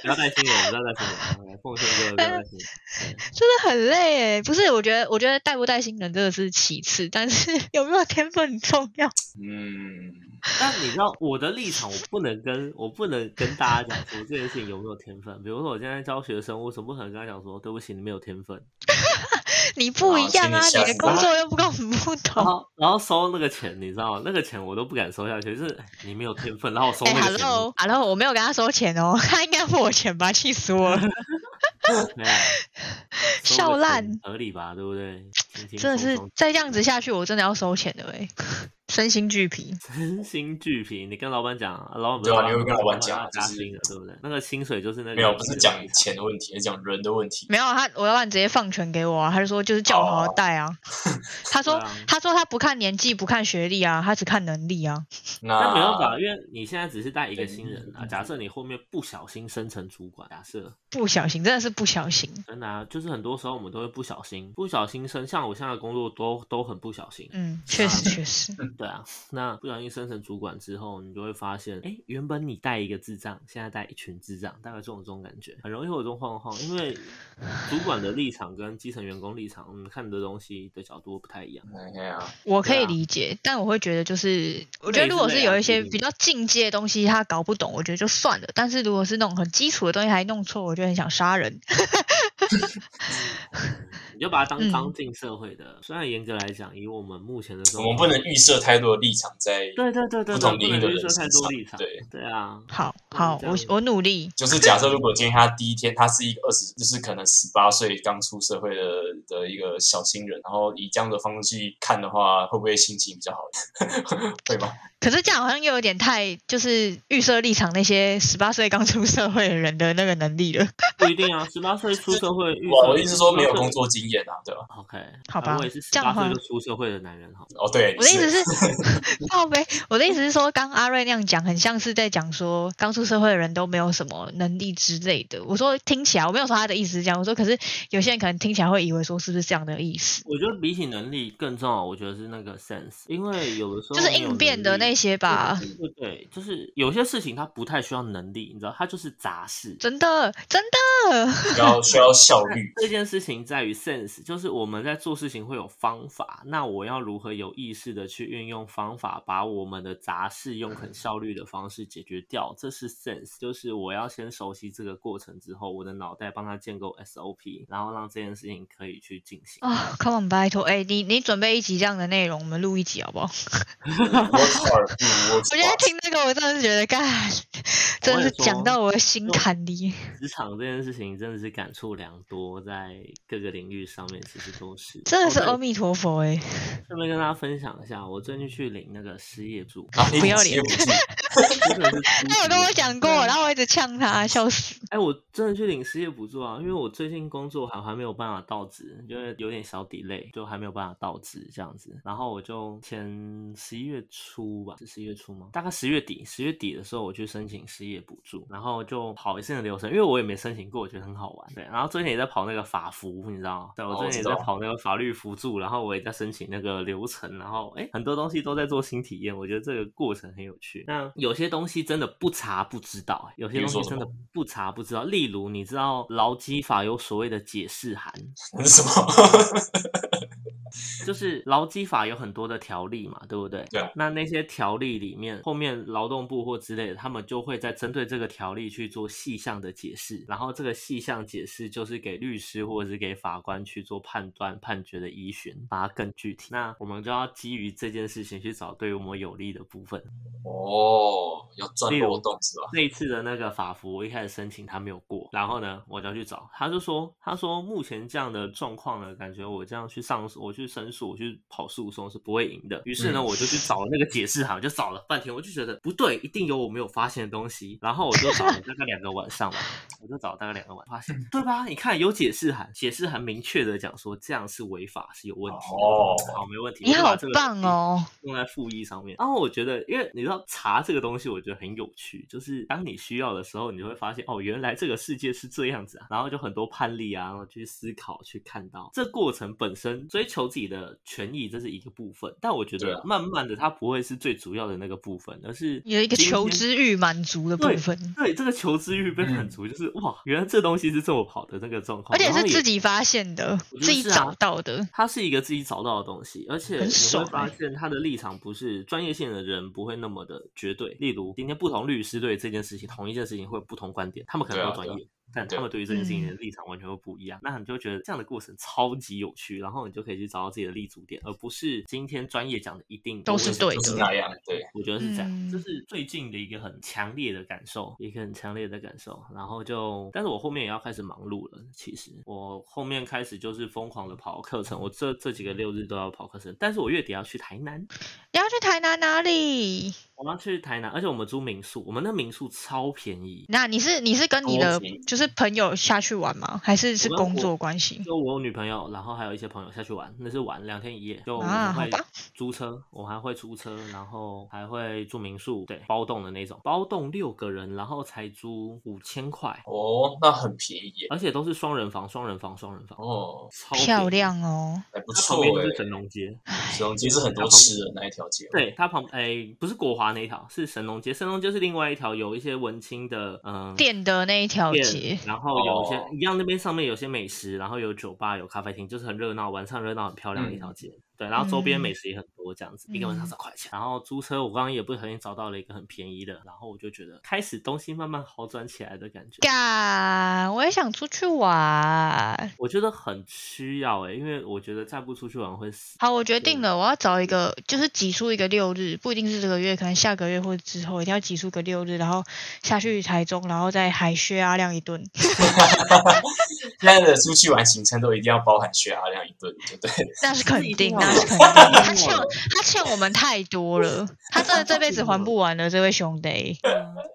[SPEAKER 1] 不要带新人，不要带新人，OK，奉献哥不要带新人。对
[SPEAKER 2] 真的很累诶，不是？我觉得我觉得带不带新人真的是其次，但是有没有天分很重要。
[SPEAKER 3] 嗯，
[SPEAKER 1] 但你知道我的立场，我不能跟我不能跟大家讲说这件事情有没有天分。比如说我现在教学生，我总不可能跟他讲说对不起，你没有天分，
[SPEAKER 2] 你不一
[SPEAKER 3] 好
[SPEAKER 2] 样
[SPEAKER 3] 请你
[SPEAKER 2] 啊，
[SPEAKER 3] 下
[SPEAKER 2] 你的
[SPEAKER 3] 次
[SPEAKER 2] 工
[SPEAKER 3] 吧
[SPEAKER 2] 作又不跟我们不
[SPEAKER 1] 然
[SPEAKER 2] 同。
[SPEAKER 1] 后然后收那个钱，你知道吗？那个钱我都不敢收下去，就是哎你没有天分，然后我收
[SPEAKER 2] 哎
[SPEAKER 1] 那个钱。
[SPEAKER 2] ，hello，hello，我没有跟他收钱哦，他应该付我钱吧？气死
[SPEAKER 3] (laughs)
[SPEAKER 2] 我了！ (laughs)
[SPEAKER 1] 对啊收
[SPEAKER 2] 笑
[SPEAKER 1] 个钱
[SPEAKER 2] 烂
[SPEAKER 1] 合理吧？对不对？轻轻
[SPEAKER 2] 真的
[SPEAKER 1] 松
[SPEAKER 2] 是
[SPEAKER 1] 松
[SPEAKER 2] 再这样子下去，我真的要收钱的哎， (laughs) 身心俱疲。
[SPEAKER 1] 身心俱疲。你跟老板讲，啊老板不是
[SPEAKER 3] 对啊
[SPEAKER 1] 帮
[SPEAKER 3] 你会跟老板讲
[SPEAKER 1] 帮他加
[SPEAKER 3] 就是
[SPEAKER 1] 薪的，对不对？那个薪水就是那个
[SPEAKER 3] 没有，不是讲
[SPEAKER 1] 立场
[SPEAKER 3] 钱的问题，而是讲人的问
[SPEAKER 1] 嗯
[SPEAKER 3] 题。
[SPEAKER 2] 没有啊他，我老板直接放权给我啊，他就说就是叫我好好带啊。 (laughs) 他说、
[SPEAKER 1] 对啊
[SPEAKER 2] 他说他不看年纪，不看学历啊，他只看能力啊。
[SPEAKER 1] 但
[SPEAKER 3] 那
[SPEAKER 1] 没办法，因为你现在只是带一个新人啊。假设你后面不小心升成主管，假设
[SPEAKER 2] 不小心，真的是不小心。
[SPEAKER 1] 真的啊，就是很多时候我们都会不小心，不小心升，像我现在的工作都都很不小心。
[SPEAKER 2] 嗯，确实确实，
[SPEAKER 1] 对啊，那不小心升成主管之后，你就会发现，哎，原本你带一个智障，现在带一群智障，大概这种这种感觉，很容易会有这种晃晃，因为主管的立场跟基层员工立场，嗯，看的东西的角度不太一样。
[SPEAKER 3] 哎呀，
[SPEAKER 2] 我可
[SPEAKER 1] 对
[SPEAKER 2] 以
[SPEAKER 1] 啊
[SPEAKER 2] 理解，但我会觉得就是，我觉
[SPEAKER 1] 类
[SPEAKER 2] 得如
[SPEAKER 1] 似
[SPEAKER 2] 果
[SPEAKER 1] 类
[SPEAKER 2] 是
[SPEAKER 1] 啊
[SPEAKER 2] 有一
[SPEAKER 1] 毕
[SPEAKER 2] 些
[SPEAKER 1] 竟
[SPEAKER 2] 比较进阶的东西他搞不懂，我觉得就算了。但是如果是那种很基础的东西还弄错，我就很想杀人。
[SPEAKER 1] 你就把它当
[SPEAKER 2] 嗯
[SPEAKER 1] 刚进社会的，虽然严格来讲，以我们目前的
[SPEAKER 3] 我
[SPEAKER 1] 状
[SPEAKER 3] 们
[SPEAKER 1] 况，
[SPEAKER 3] 不能预设太多的立场在，
[SPEAKER 1] 对对对对，对
[SPEAKER 3] 不同领域
[SPEAKER 1] 能
[SPEAKER 3] 的
[SPEAKER 1] 预
[SPEAKER 3] 人
[SPEAKER 1] 设太
[SPEAKER 3] 身
[SPEAKER 1] 多
[SPEAKER 3] 上
[SPEAKER 1] 立场，
[SPEAKER 3] 对
[SPEAKER 1] 对啊，
[SPEAKER 2] (laughs) 好
[SPEAKER 1] 嗯
[SPEAKER 2] 好，
[SPEAKER 1] 这
[SPEAKER 2] 我
[SPEAKER 1] 样
[SPEAKER 2] 我努力。
[SPEAKER 3] 就是假设如果今天他第一天，他是一个二十，就是可能十八岁刚出社会的的一个小新人，然后以这样的方式去看的话，会不会心情比较好？ (laughs) 会吗？
[SPEAKER 2] 可是这样好像又有点太就是预设立场那些十八岁刚出社会的人的那个能力了，
[SPEAKER 1] 不一定啊，十八岁出社
[SPEAKER 3] (laughs)
[SPEAKER 1] 会预
[SPEAKER 3] 我
[SPEAKER 1] 设，
[SPEAKER 3] 我的意思是说没有
[SPEAKER 1] 18岁
[SPEAKER 3] 工。作经验啊，对吧？
[SPEAKER 1] OK，
[SPEAKER 2] 好吧
[SPEAKER 1] 啊我也是
[SPEAKER 2] 这
[SPEAKER 1] 十
[SPEAKER 2] 样的
[SPEAKER 1] 八
[SPEAKER 2] 话
[SPEAKER 1] 岁就出社会的男人哈。
[SPEAKER 3] 哦，对，
[SPEAKER 2] 我的意思
[SPEAKER 3] 是
[SPEAKER 2] 是， (laughs) 靠呗。我的意思是说，刚阿瑞那样讲，很像是在讲说，刚出社会的人都没有什么能力之类的。我说听起来，我没有说他的意思是这样。我说，可是有些人可能听起来会以为说，是不是这样的意思？
[SPEAKER 1] 我觉得比起能力更重要，我觉得是那个 sense，因为有的时候
[SPEAKER 2] 就是
[SPEAKER 1] 你有
[SPEAKER 2] 应变的
[SPEAKER 1] 能力
[SPEAKER 2] 那些吧。
[SPEAKER 1] 对对对，就是有些事情它不太需要能力，你知道，它就是杂事。
[SPEAKER 2] (laughs) 真的，真的，
[SPEAKER 3] 需要需要效
[SPEAKER 2] (laughs)
[SPEAKER 3] 率，
[SPEAKER 1] 这件事情在于 sense，就是我们在做事情会有方法，那我要如何有意识的去运用方法，把我们的杂事用很效率的方式解决掉，这是 sense，就是我要先熟悉这个过程之后，我的脑袋帮他建构 SOP，然后让这件事情可以去进行。
[SPEAKER 2] 啊、c o m e on，拜托，哎、你你准备一集这样的内容，我们录一集好不好？
[SPEAKER 3] work hard，不如 work
[SPEAKER 2] 我现在
[SPEAKER 3] smart。
[SPEAKER 2] 听这个，我真的是觉得，干，真的是讲到我的心坎里。
[SPEAKER 1] 职场这件事情真的是感触良多，在各个领域上面其实都是。
[SPEAKER 2] 真的是
[SPEAKER 1] 哦对
[SPEAKER 2] 阿弥陀佛哎、
[SPEAKER 1] 顺便跟大家分享一下，我最近去领那个失业助，
[SPEAKER 3] 哪里
[SPEAKER 2] 不要
[SPEAKER 3] 接
[SPEAKER 2] 脸
[SPEAKER 3] 不住？
[SPEAKER 2] (laughs)
[SPEAKER 1] 真的是
[SPEAKER 2] 他有跟我讲过，然后我一直呛他，笑死。
[SPEAKER 1] 哎，我真的去领失业补助啊，因为我最近工作还还没有办法到职，因为有点小 delay，就还没有办法到职这样子。然后我就前十一月初吧，是十一月初吗？大概十月底，十月底的时候我去申请失业补助，然后就跑一次的流程，因为我也没申请过，我觉得很好玩。对，然后最近也在跑那个法服，你知道吗？对我
[SPEAKER 3] 哦
[SPEAKER 1] 最
[SPEAKER 3] 我
[SPEAKER 1] 近
[SPEAKER 3] 知
[SPEAKER 1] 也在
[SPEAKER 3] 道
[SPEAKER 1] 跑那个法律辅助，然后我也在申请那个流程，然后哎，很多东西都在做新体验，我觉得这个过程很有趣。那有些东西真的不查不知道，有些
[SPEAKER 3] 比
[SPEAKER 1] 东
[SPEAKER 3] 如
[SPEAKER 1] 西
[SPEAKER 3] 说什
[SPEAKER 1] 真的
[SPEAKER 3] 么
[SPEAKER 1] 不查不。不知道。例如，你知道劳基法有所谓的解释函，
[SPEAKER 3] 那是什么？ (laughs)
[SPEAKER 1] 就是劳基法有很多的条例嘛，对不对？
[SPEAKER 3] 对啊
[SPEAKER 1] 那那些条例里面，后面劳动部或之类的，他们就会在针对这个条例去做细项的解释，然后这个细项解释就是给律师或者是给法官去做判断、判决的依循，把它更具体。那我们就要基于这件事情去找对我们有利的部分。
[SPEAKER 3] 哦，要钻
[SPEAKER 1] 例如
[SPEAKER 3] 漏洞是吧？
[SPEAKER 1] 那一次的那个法服，我一开始申请他没有过，然后呢，我就要去找，他就说，他说目前这样的状况呢，感觉我这样去上诉，我去申诉，我去跑诉讼是不会赢的。于是呢，
[SPEAKER 3] 嗯
[SPEAKER 1] 我就去找了那个解释函，我就找了半天，我就觉得不对，一定有我没有发现的东西。然后我就找了大概两个晚上吧，我就找了大概两个晚上，发现
[SPEAKER 3] (laughs)
[SPEAKER 1] 对吧？你看有解释函，解释函明确的讲说这样是违法，是有问题的。
[SPEAKER 3] 哦
[SPEAKER 1] 好，没问题。
[SPEAKER 2] 你
[SPEAKER 1] 我就把
[SPEAKER 2] 好
[SPEAKER 1] 这个嗯
[SPEAKER 2] 棒哦！
[SPEAKER 1] 用在副一上面。然后我觉得，因为你知道茶这个东西，我觉得很有趣，就是当你需要的时候，你会发现哦，原来这个世界是这样子啊。然后就很多判例啊，然后去思考，去看到这过程本身追求自己的权益，这是一个部分。但我觉
[SPEAKER 3] 对
[SPEAKER 1] 得
[SPEAKER 3] 啊
[SPEAKER 1] 慢慢的，它不会是最主要的那个部分，而是
[SPEAKER 2] 有一个
[SPEAKER 1] 今天
[SPEAKER 2] 求知欲满足的部
[SPEAKER 1] 对
[SPEAKER 2] 分，
[SPEAKER 1] 对这个求知欲被
[SPEAKER 3] 嗯
[SPEAKER 1] 满足，就是哇，原来这东西是这么好的那个状况，
[SPEAKER 2] 而且
[SPEAKER 1] 然后
[SPEAKER 2] 是
[SPEAKER 1] 也
[SPEAKER 2] 自己发现的，
[SPEAKER 1] 我觉得
[SPEAKER 2] 自己
[SPEAKER 1] 是啊
[SPEAKER 2] 找到的。
[SPEAKER 1] 它是一个自己找到的东西，而且你
[SPEAKER 2] 很
[SPEAKER 1] 会
[SPEAKER 2] 爽
[SPEAKER 1] 发
[SPEAKER 2] 欸
[SPEAKER 1] 现他的立场不是专业性的人不会那么的绝对。例如，今天不同律师对这件事情、同一件事情会有不同观点，他们可能
[SPEAKER 3] 对啊
[SPEAKER 1] 都专
[SPEAKER 3] 对啊
[SPEAKER 1] 业。但他们对于这件事情的立场完全会不一样，那你就觉得这样的过程超级有趣，然后你就可以去找到自己的立足点，而不是今天专业讲的一定
[SPEAKER 2] 都是
[SPEAKER 1] 会
[SPEAKER 2] 对
[SPEAKER 3] 就
[SPEAKER 2] 的
[SPEAKER 3] 是那样，对，
[SPEAKER 1] 我觉得是这样，这
[SPEAKER 2] 嗯
[SPEAKER 1] 是最近的一个很强烈的感受，一个很强烈的感受。然后就，但是我后面也要开始忙碌了。其实我后面开始就是疯狂的跑课程，我这这几个六日都要跑课程。但是我月底要去台南，
[SPEAKER 2] 你要去台南哪里？
[SPEAKER 1] 我要去台南，而且我们租民宿，我们那民宿超便宜。
[SPEAKER 2] 那你是你是跟你的
[SPEAKER 3] 高级
[SPEAKER 2] 就是朋友下去玩吗？还是是
[SPEAKER 1] 我跟
[SPEAKER 2] 工
[SPEAKER 1] 我
[SPEAKER 2] 作关系？
[SPEAKER 1] 就我有女朋友，然后还有一些朋友下去玩，那是玩两天一夜。就我
[SPEAKER 2] 啊
[SPEAKER 1] 们会
[SPEAKER 2] 好吧
[SPEAKER 1] 租车，我们还会租车，然后还会住民宿，对，包栋的那种，包栋六个人，然后才租五千块。
[SPEAKER 3] 哦，那很便宜耶，
[SPEAKER 1] 而且都是双人房，双人房，双人房，
[SPEAKER 3] 哦，
[SPEAKER 1] 超
[SPEAKER 2] 漂
[SPEAKER 1] 便宜。
[SPEAKER 2] 亮哦！
[SPEAKER 3] 还不
[SPEAKER 1] 它
[SPEAKER 3] 错
[SPEAKER 1] 旁边就是
[SPEAKER 3] 哎。
[SPEAKER 1] 神农街，
[SPEAKER 3] 神农街是很多吃的那一条街，，
[SPEAKER 1] 对，它旁哎、不是国华那一条，是神农街。神农街是另外一条有一些文青的嗯、
[SPEAKER 2] 店的那一条
[SPEAKER 1] 店
[SPEAKER 2] 街，
[SPEAKER 1] 然后有一些、
[SPEAKER 3] 哦
[SPEAKER 1] 一样那边上面有些美食，然后有酒吧有咖啡厅，就是很热闹，晚上热闹很漂亮的
[SPEAKER 3] 嗯
[SPEAKER 1] 一条街。对，然后周边美食也很多，这样子、一个晚上
[SPEAKER 2] 嗯
[SPEAKER 1] 十块钱。然后租车，我刚刚也不小心找到了一个很便宜的，然后我就觉得开始东西慢慢好转起来的感觉。
[SPEAKER 2] 嘎，我也想出去玩。
[SPEAKER 1] 我觉得很需要哎、因为我觉得再不出去玩会死。
[SPEAKER 2] 好，我决定
[SPEAKER 1] 对
[SPEAKER 2] 了，我要找一个，就是挤出一个六日，不一定是这个月，可能下个月或者之后，一定要挤出个六日，然后下去台中，然后再海削阿亮一顿。
[SPEAKER 3] 现在的出去玩行程都一定要包含血阿亮一顿，对不对？
[SPEAKER 2] 那 (laughs) 是肯
[SPEAKER 1] 一定
[SPEAKER 2] 定，啊
[SPEAKER 1] 要
[SPEAKER 2] 那
[SPEAKER 1] 的
[SPEAKER 2] 是肯定。啊他
[SPEAKER 1] 一定
[SPEAKER 2] 欠
[SPEAKER 1] 要的
[SPEAKER 2] (laughs) 他欠我们太多了，他真的这辈子还不完了，这位兄弟。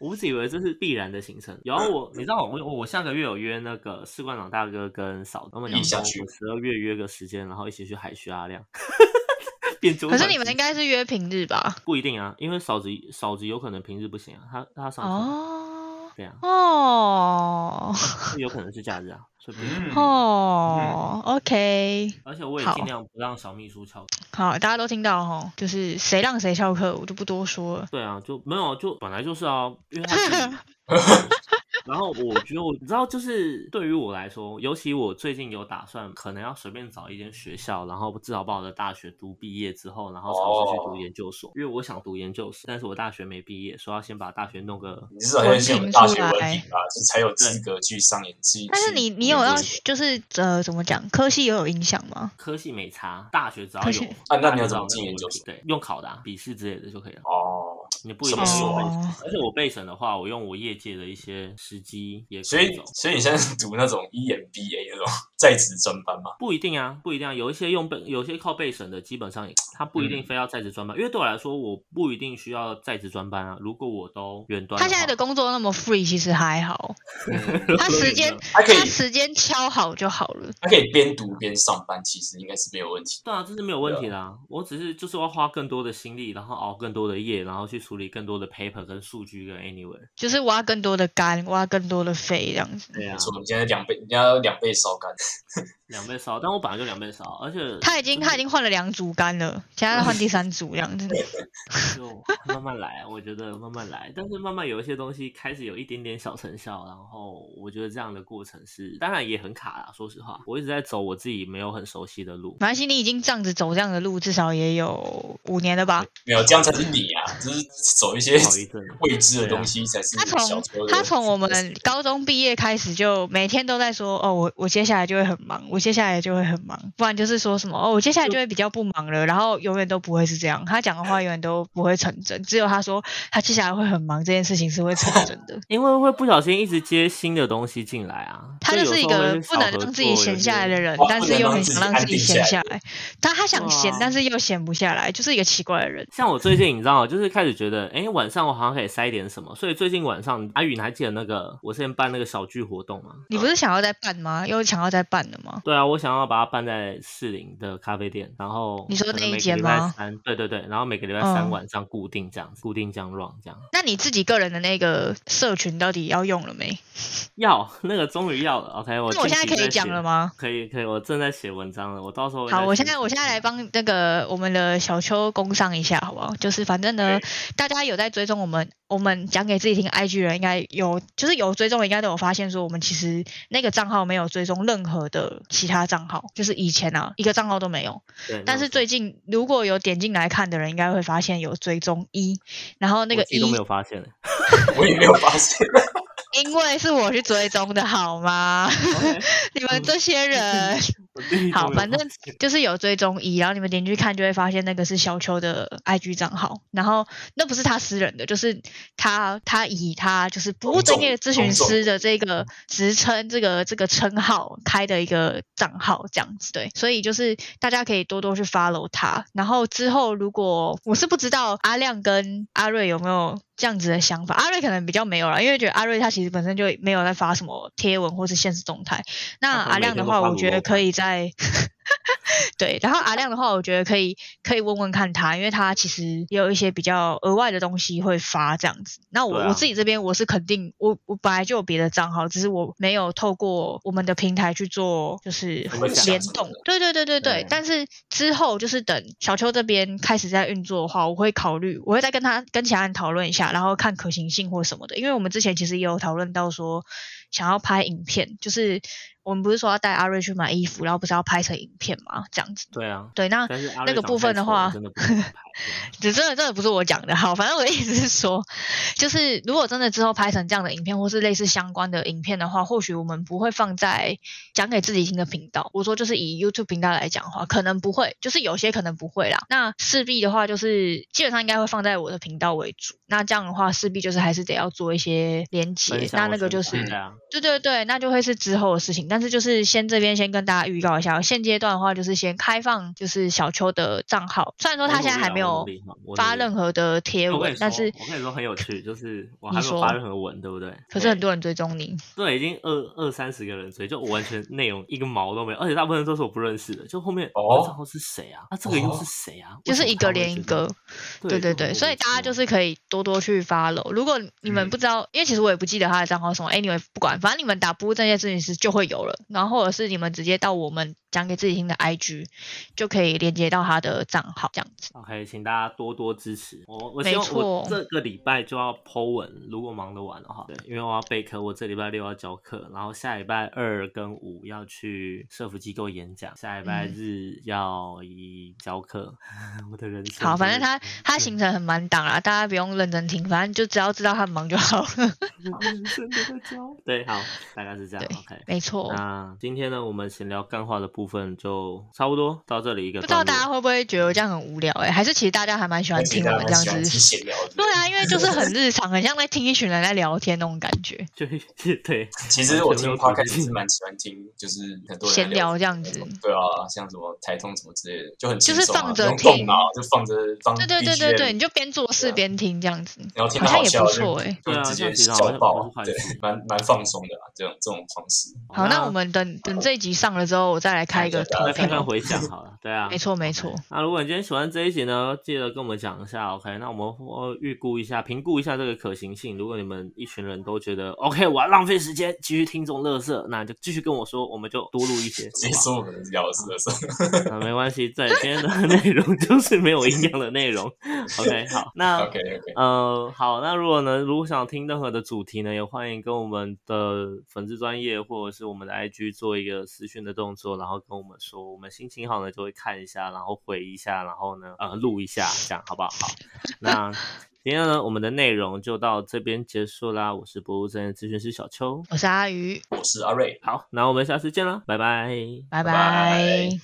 [SPEAKER 1] 我一直以为这是必然的行程。然后我，你知道我我我下个月有约那个士官长大哥跟嫂子，他们
[SPEAKER 3] 一
[SPEAKER 1] 讲
[SPEAKER 3] 起
[SPEAKER 1] 说
[SPEAKER 3] 下去
[SPEAKER 1] 我十二月约个时间，然后一起去海区阿亮。 (laughs) 变酒
[SPEAKER 2] 可是
[SPEAKER 1] 馆
[SPEAKER 2] 你们
[SPEAKER 1] 机
[SPEAKER 2] 应该是约平日吧？
[SPEAKER 1] 不一定啊，因为嫂子嫂子有可能平日不行啊，她她上课，
[SPEAKER 2] 哦
[SPEAKER 1] 对啊，
[SPEAKER 2] 哦
[SPEAKER 1] 有可能是假日啊，说不定。
[SPEAKER 3] 嗯
[SPEAKER 2] 哦，OK，
[SPEAKER 1] 而且我也
[SPEAKER 2] 好
[SPEAKER 1] 尽量不让小秘书翘课。
[SPEAKER 2] 好，大家都听到哈，就是谁让谁翘课，我就不多说了。
[SPEAKER 1] 对啊，就没有啊就本来就是啊，因为他
[SPEAKER 2] (laughs)
[SPEAKER 1] 是然后我觉得我，你知道，就是对于我来说，尤其我最近有打算，可能要随便找一间学校，然后至少把我的大学读毕业之后，然后尝试去读
[SPEAKER 3] 哦
[SPEAKER 1] 研究所，因为我想读研究所，但是我大学没毕业，说要先把大学弄个。
[SPEAKER 3] (laughs) 你至少要先有大学文凭吧，就才有资格去上演戏。
[SPEAKER 2] 但是你你有
[SPEAKER 3] 嗯
[SPEAKER 2] 要就是呃怎么讲，科系也有影响吗？
[SPEAKER 1] 科系没差，大学只要
[SPEAKER 2] 科
[SPEAKER 1] 有
[SPEAKER 2] 系，
[SPEAKER 3] 啊
[SPEAKER 1] 大
[SPEAKER 3] 那你
[SPEAKER 1] 学
[SPEAKER 3] 要
[SPEAKER 1] 只
[SPEAKER 3] 怎么
[SPEAKER 1] 有
[SPEAKER 3] 进
[SPEAKER 1] 那个
[SPEAKER 3] 研
[SPEAKER 1] 文
[SPEAKER 3] 究
[SPEAKER 1] 凭
[SPEAKER 3] 所
[SPEAKER 1] 对，用考的、啊、笔试之类的就可以了。
[SPEAKER 3] 哦，
[SPEAKER 1] 你不一
[SPEAKER 3] 怎
[SPEAKER 1] 定
[SPEAKER 3] 么
[SPEAKER 1] 要
[SPEAKER 3] 说
[SPEAKER 1] 背什
[SPEAKER 3] 啊
[SPEAKER 2] 哦
[SPEAKER 1] 么，而且我备审的话，我用我业界的一些时机也
[SPEAKER 3] 所
[SPEAKER 1] 可
[SPEAKER 3] 以
[SPEAKER 1] 走。
[SPEAKER 3] 所以你现在是读那种 EMBA 那种在职专班嘛？
[SPEAKER 1] 不一定啊，不一定啊，有一些用背，有些靠背审的，基本上也他不一定
[SPEAKER 3] 嗯
[SPEAKER 1] 非要在职专班，因为对我来说，我不一定需要在职专班啊。如果我都远端话，
[SPEAKER 2] 他现在的工作那么 free，其实还好，
[SPEAKER 1] 嗯
[SPEAKER 2] 他时间
[SPEAKER 3] 还可以
[SPEAKER 2] 他时间敲好就好了。
[SPEAKER 3] (laughs) 他可以边读边上班，其实应该是没有问题。
[SPEAKER 1] 对啊，这是没有问题的、啊。我只是就是要花更多的心力，然后熬更多的夜，然后去处理更多的 paper 跟数据跟 anywhere。
[SPEAKER 2] 就是挖更多的肝，挖更多的肺这样子。
[SPEAKER 1] 对啊
[SPEAKER 3] 没错，你现在两倍，人家两倍烧干，
[SPEAKER 1] 两倍烧，但我本来就两倍烧，而且
[SPEAKER 2] 他已经他已经换了两组杆了，现在换第三组这 (laughs) 样子。
[SPEAKER 1] 就慢慢来，我觉得慢慢来，但是慢慢有一些东西开始有一点点小成效，然后我觉得这样的过程是，当然也很卡啦。说实话，我一直在走我自己没有很熟悉的路，
[SPEAKER 2] 马来西你已经这样子走这样的路，至少也有五年了吧？
[SPEAKER 3] 没有这样才是你啊，就是走一些
[SPEAKER 1] 好一阵。
[SPEAKER 3] 未知
[SPEAKER 1] 啊
[SPEAKER 3] 的东西才是
[SPEAKER 2] 他
[SPEAKER 3] 小
[SPEAKER 2] 从
[SPEAKER 3] 车的。
[SPEAKER 2] 他从我们高中毕业开始，就每天都在说，哦，我我接下来就会很忙，我接下来就会很忙，不然就是说什么，哦，我接下来就会比较不忙了，然后永远都不会是这样。他讲的话永远都不会成真，只有他说他接下来会很忙这件事情是会成真的。
[SPEAKER 1] 因为会不小心一直接新的东西进来啊，
[SPEAKER 2] 他
[SPEAKER 1] 就
[SPEAKER 2] 就是一
[SPEAKER 1] 有时候
[SPEAKER 2] 个
[SPEAKER 1] 会
[SPEAKER 2] 不能
[SPEAKER 1] 小合
[SPEAKER 2] 让自己
[SPEAKER 1] 作
[SPEAKER 2] 闲下来的，人
[SPEAKER 3] 哦，
[SPEAKER 2] 但
[SPEAKER 3] 不
[SPEAKER 2] 是
[SPEAKER 3] 能
[SPEAKER 2] 又
[SPEAKER 3] 让
[SPEAKER 2] 很
[SPEAKER 3] 自
[SPEAKER 2] 想
[SPEAKER 3] 己
[SPEAKER 2] 让
[SPEAKER 3] 安
[SPEAKER 2] 自己
[SPEAKER 3] 定
[SPEAKER 2] 闲
[SPEAKER 3] 下
[SPEAKER 2] 下来。但他想闲
[SPEAKER 1] 哇，
[SPEAKER 2] 但是又闲不下来，就是一个奇怪的人。
[SPEAKER 1] 像我最近你知道，就是开始觉得，哎、晚上我好像可以塞一点什么，所以最近晚上，阿宇你还记得那个我之前办那个小聚活动吗？
[SPEAKER 2] 你不是想要再办吗？又想要再办的吗？
[SPEAKER 1] 对啊，我想要把它办在士林的咖啡店，然后
[SPEAKER 2] 你说
[SPEAKER 1] 可能
[SPEAKER 2] 那一
[SPEAKER 1] 每个
[SPEAKER 2] 间
[SPEAKER 1] 礼拜
[SPEAKER 2] 吗
[SPEAKER 1] 三，对对对，然后每个礼拜三
[SPEAKER 2] 嗯
[SPEAKER 1] 晚上固定这样子，固定这样 run 这样。
[SPEAKER 2] 那你自己个人的那个社群到底要用了没？
[SPEAKER 1] 要那个终于要了，OK，我
[SPEAKER 2] 那我
[SPEAKER 1] 近
[SPEAKER 2] 现在
[SPEAKER 1] 哦期
[SPEAKER 2] 可以
[SPEAKER 1] 写
[SPEAKER 2] 讲了？吗？
[SPEAKER 1] 可以可以，我正在写文章了，我到时候会
[SPEAKER 2] 好，
[SPEAKER 1] 再
[SPEAKER 2] 我
[SPEAKER 1] 写
[SPEAKER 2] 现在我
[SPEAKER 1] 写
[SPEAKER 2] 现在
[SPEAKER 1] 写
[SPEAKER 2] 来帮那个我们的小邱工商一下，好不好？就是反正呢
[SPEAKER 3] 对，
[SPEAKER 2] 大家有在追踪我们，我们讲给自己听 IG 的人应该有，就是有追踪的应该都有发现说，我们其实那个账号没有追踪任何的其他账号，就是以前啊一个账号都没有。
[SPEAKER 1] 对没
[SPEAKER 2] 但
[SPEAKER 1] 有
[SPEAKER 2] 是
[SPEAKER 1] 错
[SPEAKER 2] 最近如果有点进来看的人，应该会发现有追踪一，然后那
[SPEAKER 1] 我
[SPEAKER 2] 个
[SPEAKER 1] 自己
[SPEAKER 2] 一
[SPEAKER 1] 都没有发现，
[SPEAKER 3] 我也没有发现，
[SPEAKER 2] 因为是我去追踪的好吗？
[SPEAKER 1] OK，
[SPEAKER 2] (laughs) 你们这
[SPEAKER 1] (laughs)
[SPEAKER 2] 些人。
[SPEAKER 1] 我自
[SPEAKER 2] (laughs)
[SPEAKER 1] 己都
[SPEAKER 2] 好，
[SPEAKER 1] 没有
[SPEAKER 2] 反
[SPEAKER 1] 发
[SPEAKER 2] 正就是有追踪一，然后你们点进去看就会发现那个是小邱的 IG 账号，然后那不是他私人的，就是他他以他就是不务正业咨询师的这个职称这个这个称号开的一个账号这样子，对，所以就是大家可以多多去 follow 他，然后之后如果我是不知道阿亮跟阿瑞有没有。这样子的想法，阿瑞可能比较没有啦，因为觉得阿瑞他其实本身就没有在发什么贴文或是现实动态，
[SPEAKER 1] 他
[SPEAKER 2] 那
[SPEAKER 1] 可能
[SPEAKER 2] 阿
[SPEAKER 1] 每
[SPEAKER 2] 亮
[SPEAKER 1] 天
[SPEAKER 2] 的
[SPEAKER 1] 都
[SPEAKER 2] 话，
[SPEAKER 1] 发
[SPEAKER 2] 我
[SPEAKER 1] 卤
[SPEAKER 2] 觉
[SPEAKER 1] 肉
[SPEAKER 2] 得可
[SPEAKER 1] 饭
[SPEAKER 2] 以在对，然后阿亮的话，我觉得可以可以问问看他，因为他其实也有一些比较额外的东西会发这样子。那我、
[SPEAKER 1] 对啊
[SPEAKER 2] 我自己这边我是肯定，我我本来就有别的账号，只是我没有透过我们的平台去做就是
[SPEAKER 1] 分享
[SPEAKER 2] 联
[SPEAKER 3] 什么
[SPEAKER 2] 动
[SPEAKER 3] 的。
[SPEAKER 2] 对对对对对
[SPEAKER 1] 对，
[SPEAKER 2] 但是之后就是等小邱这边开始在运作的话，我会考虑，我会再跟他跟其他人讨论一下，然后看可行性或什么的。因为我们之前其实也有讨论到说，想要拍影片，就是我们不是说要带阿瑞去买衣服，然后不是要拍成影片嘛，这样子。
[SPEAKER 1] 对啊，
[SPEAKER 2] 对，那 (laughs)
[SPEAKER 1] 但是阿
[SPEAKER 2] 那
[SPEAKER 1] 瑞
[SPEAKER 2] 个
[SPEAKER 1] 长
[SPEAKER 2] 部
[SPEAKER 1] 太
[SPEAKER 2] 分的
[SPEAKER 1] 丑了
[SPEAKER 2] 话
[SPEAKER 1] 真的不能拍
[SPEAKER 2] 这真的真的不是我讲的，好，反正我的意思是说，就是如果真的之后拍成这样的影片，或是类似相关的影片的话，或许我们不会放在讲给自己听的频道。我说就是以 YouTube 频道来讲的话，可能不会，就是有些可能不会啦。那势必的话，就是基本上应该会放在我的频道为主。那这样的话，势必就是还是得要做一些连
[SPEAKER 1] 分
[SPEAKER 2] (laughs) 接。
[SPEAKER 1] 享
[SPEAKER 2] 那
[SPEAKER 1] 啊我
[SPEAKER 2] 那
[SPEAKER 1] 身
[SPEAKER 2] 个就
[SPEAKER 1] 材
[SPEAKER 2] 是
[SPEAKER 1] 对啊，
[SPEAKER 2] 对对对，那就会是之后的事情。但是就是先这边先跟大家预告一下，现阶段的话就是先开放就是小邱的账号，虽然说
[SPEAKER 1] 我
[SPEAKER 2] 他
[SPEAKER 1] 努
[SPEAKER 2] 现在
[SPEAKER 1] 力
[SPEAKER 2] 还
[SPEAKER 1] 啊我努
[SPEAKER 2] 没有
[SPEAKER 1] 力哈我努
[SPEAKER 2] 发
[SPEAKER 1] 力
[SPEAKER 2] 任何的贴
[SPEAKER 1] 我跟
[SPEAKER 2] 文
[SPEAKER 1] 你，
[SPEAKER 2] 但
[SPEAKER 1] 说
[SPEAKER 2] 是
[SPEAKER 1] 我跟你说很有趣，就是我
[SPEAKER 2] 你
[SPEAKER 1] 还没有发
[SPEAKER 2] 说
[SPEAKER 1] 任何文，对不对？
[SPEAKER 2] 可是很多人追踪你，
[SPEAKER 1] 对，已经二二三十个人追，就我完全内容一个毛都没有，而且大部分都是我不认识的。就后面
[SPEAKER 3] 哦
[SPEAKER 1] 这账号是谁啊？那、这个又是谁啊？
[SPEAKER 2] 就
[SPEAKER 1] 为什
[SPEAKER 2] 是
[SPEAKER 1] 么
[SPEAKER 2] 一
[SPEAKER 1] 他
[SPEAKER 2] 个
[SPEAKER 1] 会
[SPEAKER 2] 连一
[SPEAKER 1] 觉得
[SPEAKER 2] 个。对对对，所以大家就是可以多多去 follow。如果你们
[SPEAKER 3] 嗯
[SPEAKER 2] 不知道，因为其实我也不记得他的账号什么，anyway 不管，反正你们打不务正业咨询师就会有了。然后或者是你们直接到我们讲给自己听的 IG，就可以连接到他的账号这样子。
[SPEAKER 1] OK，请大家多多支持我。我
[SPEAKER 2] 没
[SPEAKER 1] 希望我
[SPEAKER 2] 错
[SPEAKER 1] 这个礼拜就要 Po 文，如果忙得完的话，对，因为我要备课，我这礼拜六要教课，然后下礼拜二跟五要去社服机构演讲，下礼拜
[SPEAKER 2] 嗯
[SPEAKER 1] 日要一教课。 (laughs) 我的人生
[SPEAKER 2] 好，
[SPEAKER 1] 真
[SPEAKER 2] 反
[SPEAKER 1] 的
[SPEAKER 2] 正他
[SPEAKER 1] 是
[SPEAKER 2] 他
[SPEAKER 1] 对
[SPEAKER 2] 行程很满档啦，大家不用认真听，反正就只要知道他很忙就好了。 (laughs)
[SPEAKER 1] 我的人生都在教。对，好，大概是这样。
[SPEAKER 2] 对
[SPEAKER 1] OK，
[SPEAKER 2] 没错，
[SPEAKER 1] 那今天呢，我们闲聊干话的部分就差不多到这里一个
[SPEAKER 2] 不知道
[SPEAKER 1] 段
[SPEAKER 2] 大家
[SPEAKER 1] 落。
[SPEAKER 2] 会不会觉得我这样很无聊、欸？哎，还是其实大家还蛮喜欢
[SPEAKER 3] 而且
[SPEAKER 2] 听
[SPEAKER 3] 大
[SPEAKER 2] (laughs) 我
[SPEAKER 3] 家
[SPEAKER 2] 们这样
[SPEAKER 3] 蛮喜欢听
[SPEAKER 2] 子。
[SPEAKER 3] 闲聊的。
[SPEAKER 2] 对啊，因为就是很日常，很像在听一群人在聊天那种感觉，
[SPEAKER 1] 就 (laughs) 对，
[SPEAKER 3] 其实我
[SPEAKER 1] 完全
[SPEAKER 3] 听
[SPEAKER 1] 没有
[SPEAKER 3] podcast
[SPEAKER 1] 主题
[SPEAKER 3] 是蛮喜欢听，就是很多人在
[SPEAKER 2] 闲聊这样
[SPEAKER 3] 那
[SPEAKER 2] 子
[SPEAKER 3] 种。对啊，像什么台通什么之类的，就很轻
[SPEAKER 2] 就是
[SPEAKER 3] 松啊，
[SPEAKER 2] 放
[SPEAKER 3] 不
[SPEAKER 2] 着
[SPEAKER 3] 用动
[SPEAKER 2] 听
[SPEAKER 3] 脑，就放着放
[SPEAKER 2] 对对对对对，
[SPEAKER 3] BGM
[SPEAKER 2] 你就边做事边听这样子，
[SPEAKER 3] 然后听
[SPEAKER 2] 好
[SPEAKER 3] 到
[SPEAKER 2] 像
[SPEAKER 3] 好
[SPEAKER 2] 也
[SPEAKER 3] 笑
[SPEAKER 2] 不
[SPEAKER 3] 就
[SPEAKER 2] 错哎、欸。
[SPEAKER 1] 对啊
[SPEAKER 3] 就直
[SPEAKER 1] 这样
[SPEAKER 3] 接
[SPEAKER 1] 其实好
[SPEAKER 3] 笑
[SPEAKER 1] 像
[SPEAKER 3] 爆
[SPEAKER 1] 不
[SPEAKER 3] 啊， (laughs)
[SPEAKER 1] 是坏
[SPEAKER 3] 对
[SPEAKER 1] 事，
[SPEAKER 3] 蛮蛮放松的啊，这种这种方式。
[SPEAKER 1] (laughs)
[SPEAKER 2] 好，那我们等等这一集上了之后，我再来开一个
[SPEAKER 3] 对啊
[SPEAKER 2] 投
[SPEAKER 1] 再
[SPEAKER 3] 对啊
[SPEAKER 1] 看看
[SPEAKER 2] 票。
[SPEAKER 1] 回想好了，对啊，
[SPEAKER 2] 没错，没错。
[SPEAKER 1] 那如果你今天喜欢这一集呢，记得跟我们讲一下，OK？那我们会预估一下、评估一下这个可行性。如果你们一群人都觉得 OK，我要浪费时间继续听这种乐色，那就继续跟我说，我们就多录一
[SPEAKER 3] (laughs)
[SPEAKER 1] 些。
[SPEAKER 3] 直接说我们聊的是的是， (laughs)
[SPEAKER 1] 好吧那没关系，这里今天的内容 (laughs) 就是没有营养的内容。OK，好，那
[SPEAKER 2] 嗯
[SPEAKER 3] OK OK，
[SPEAKER 1] 呃，好，那如果呢，如果想听任何的主题呢，也欢迎跟我们的粉丝专业或者是我们的 IG 做一个私讯的动作，然后跟我们说，我们心情好呢就会看一下，然后回一下，然后呢呃录一下，这样好不好？好，那今天呢我们的内容就到这边结束啦，我是博物专业咨询师小邱，
[SPEAKER 2] 我是阿鱼，
[SPEAKER 3] 我是阿瑞。
[SPEAKER 1] 好，那我们下次见啦，拜拜。
[SPEAKER 2] 拜
[SPEAKER 3] 拜拜
[SPEAKER 2] 拜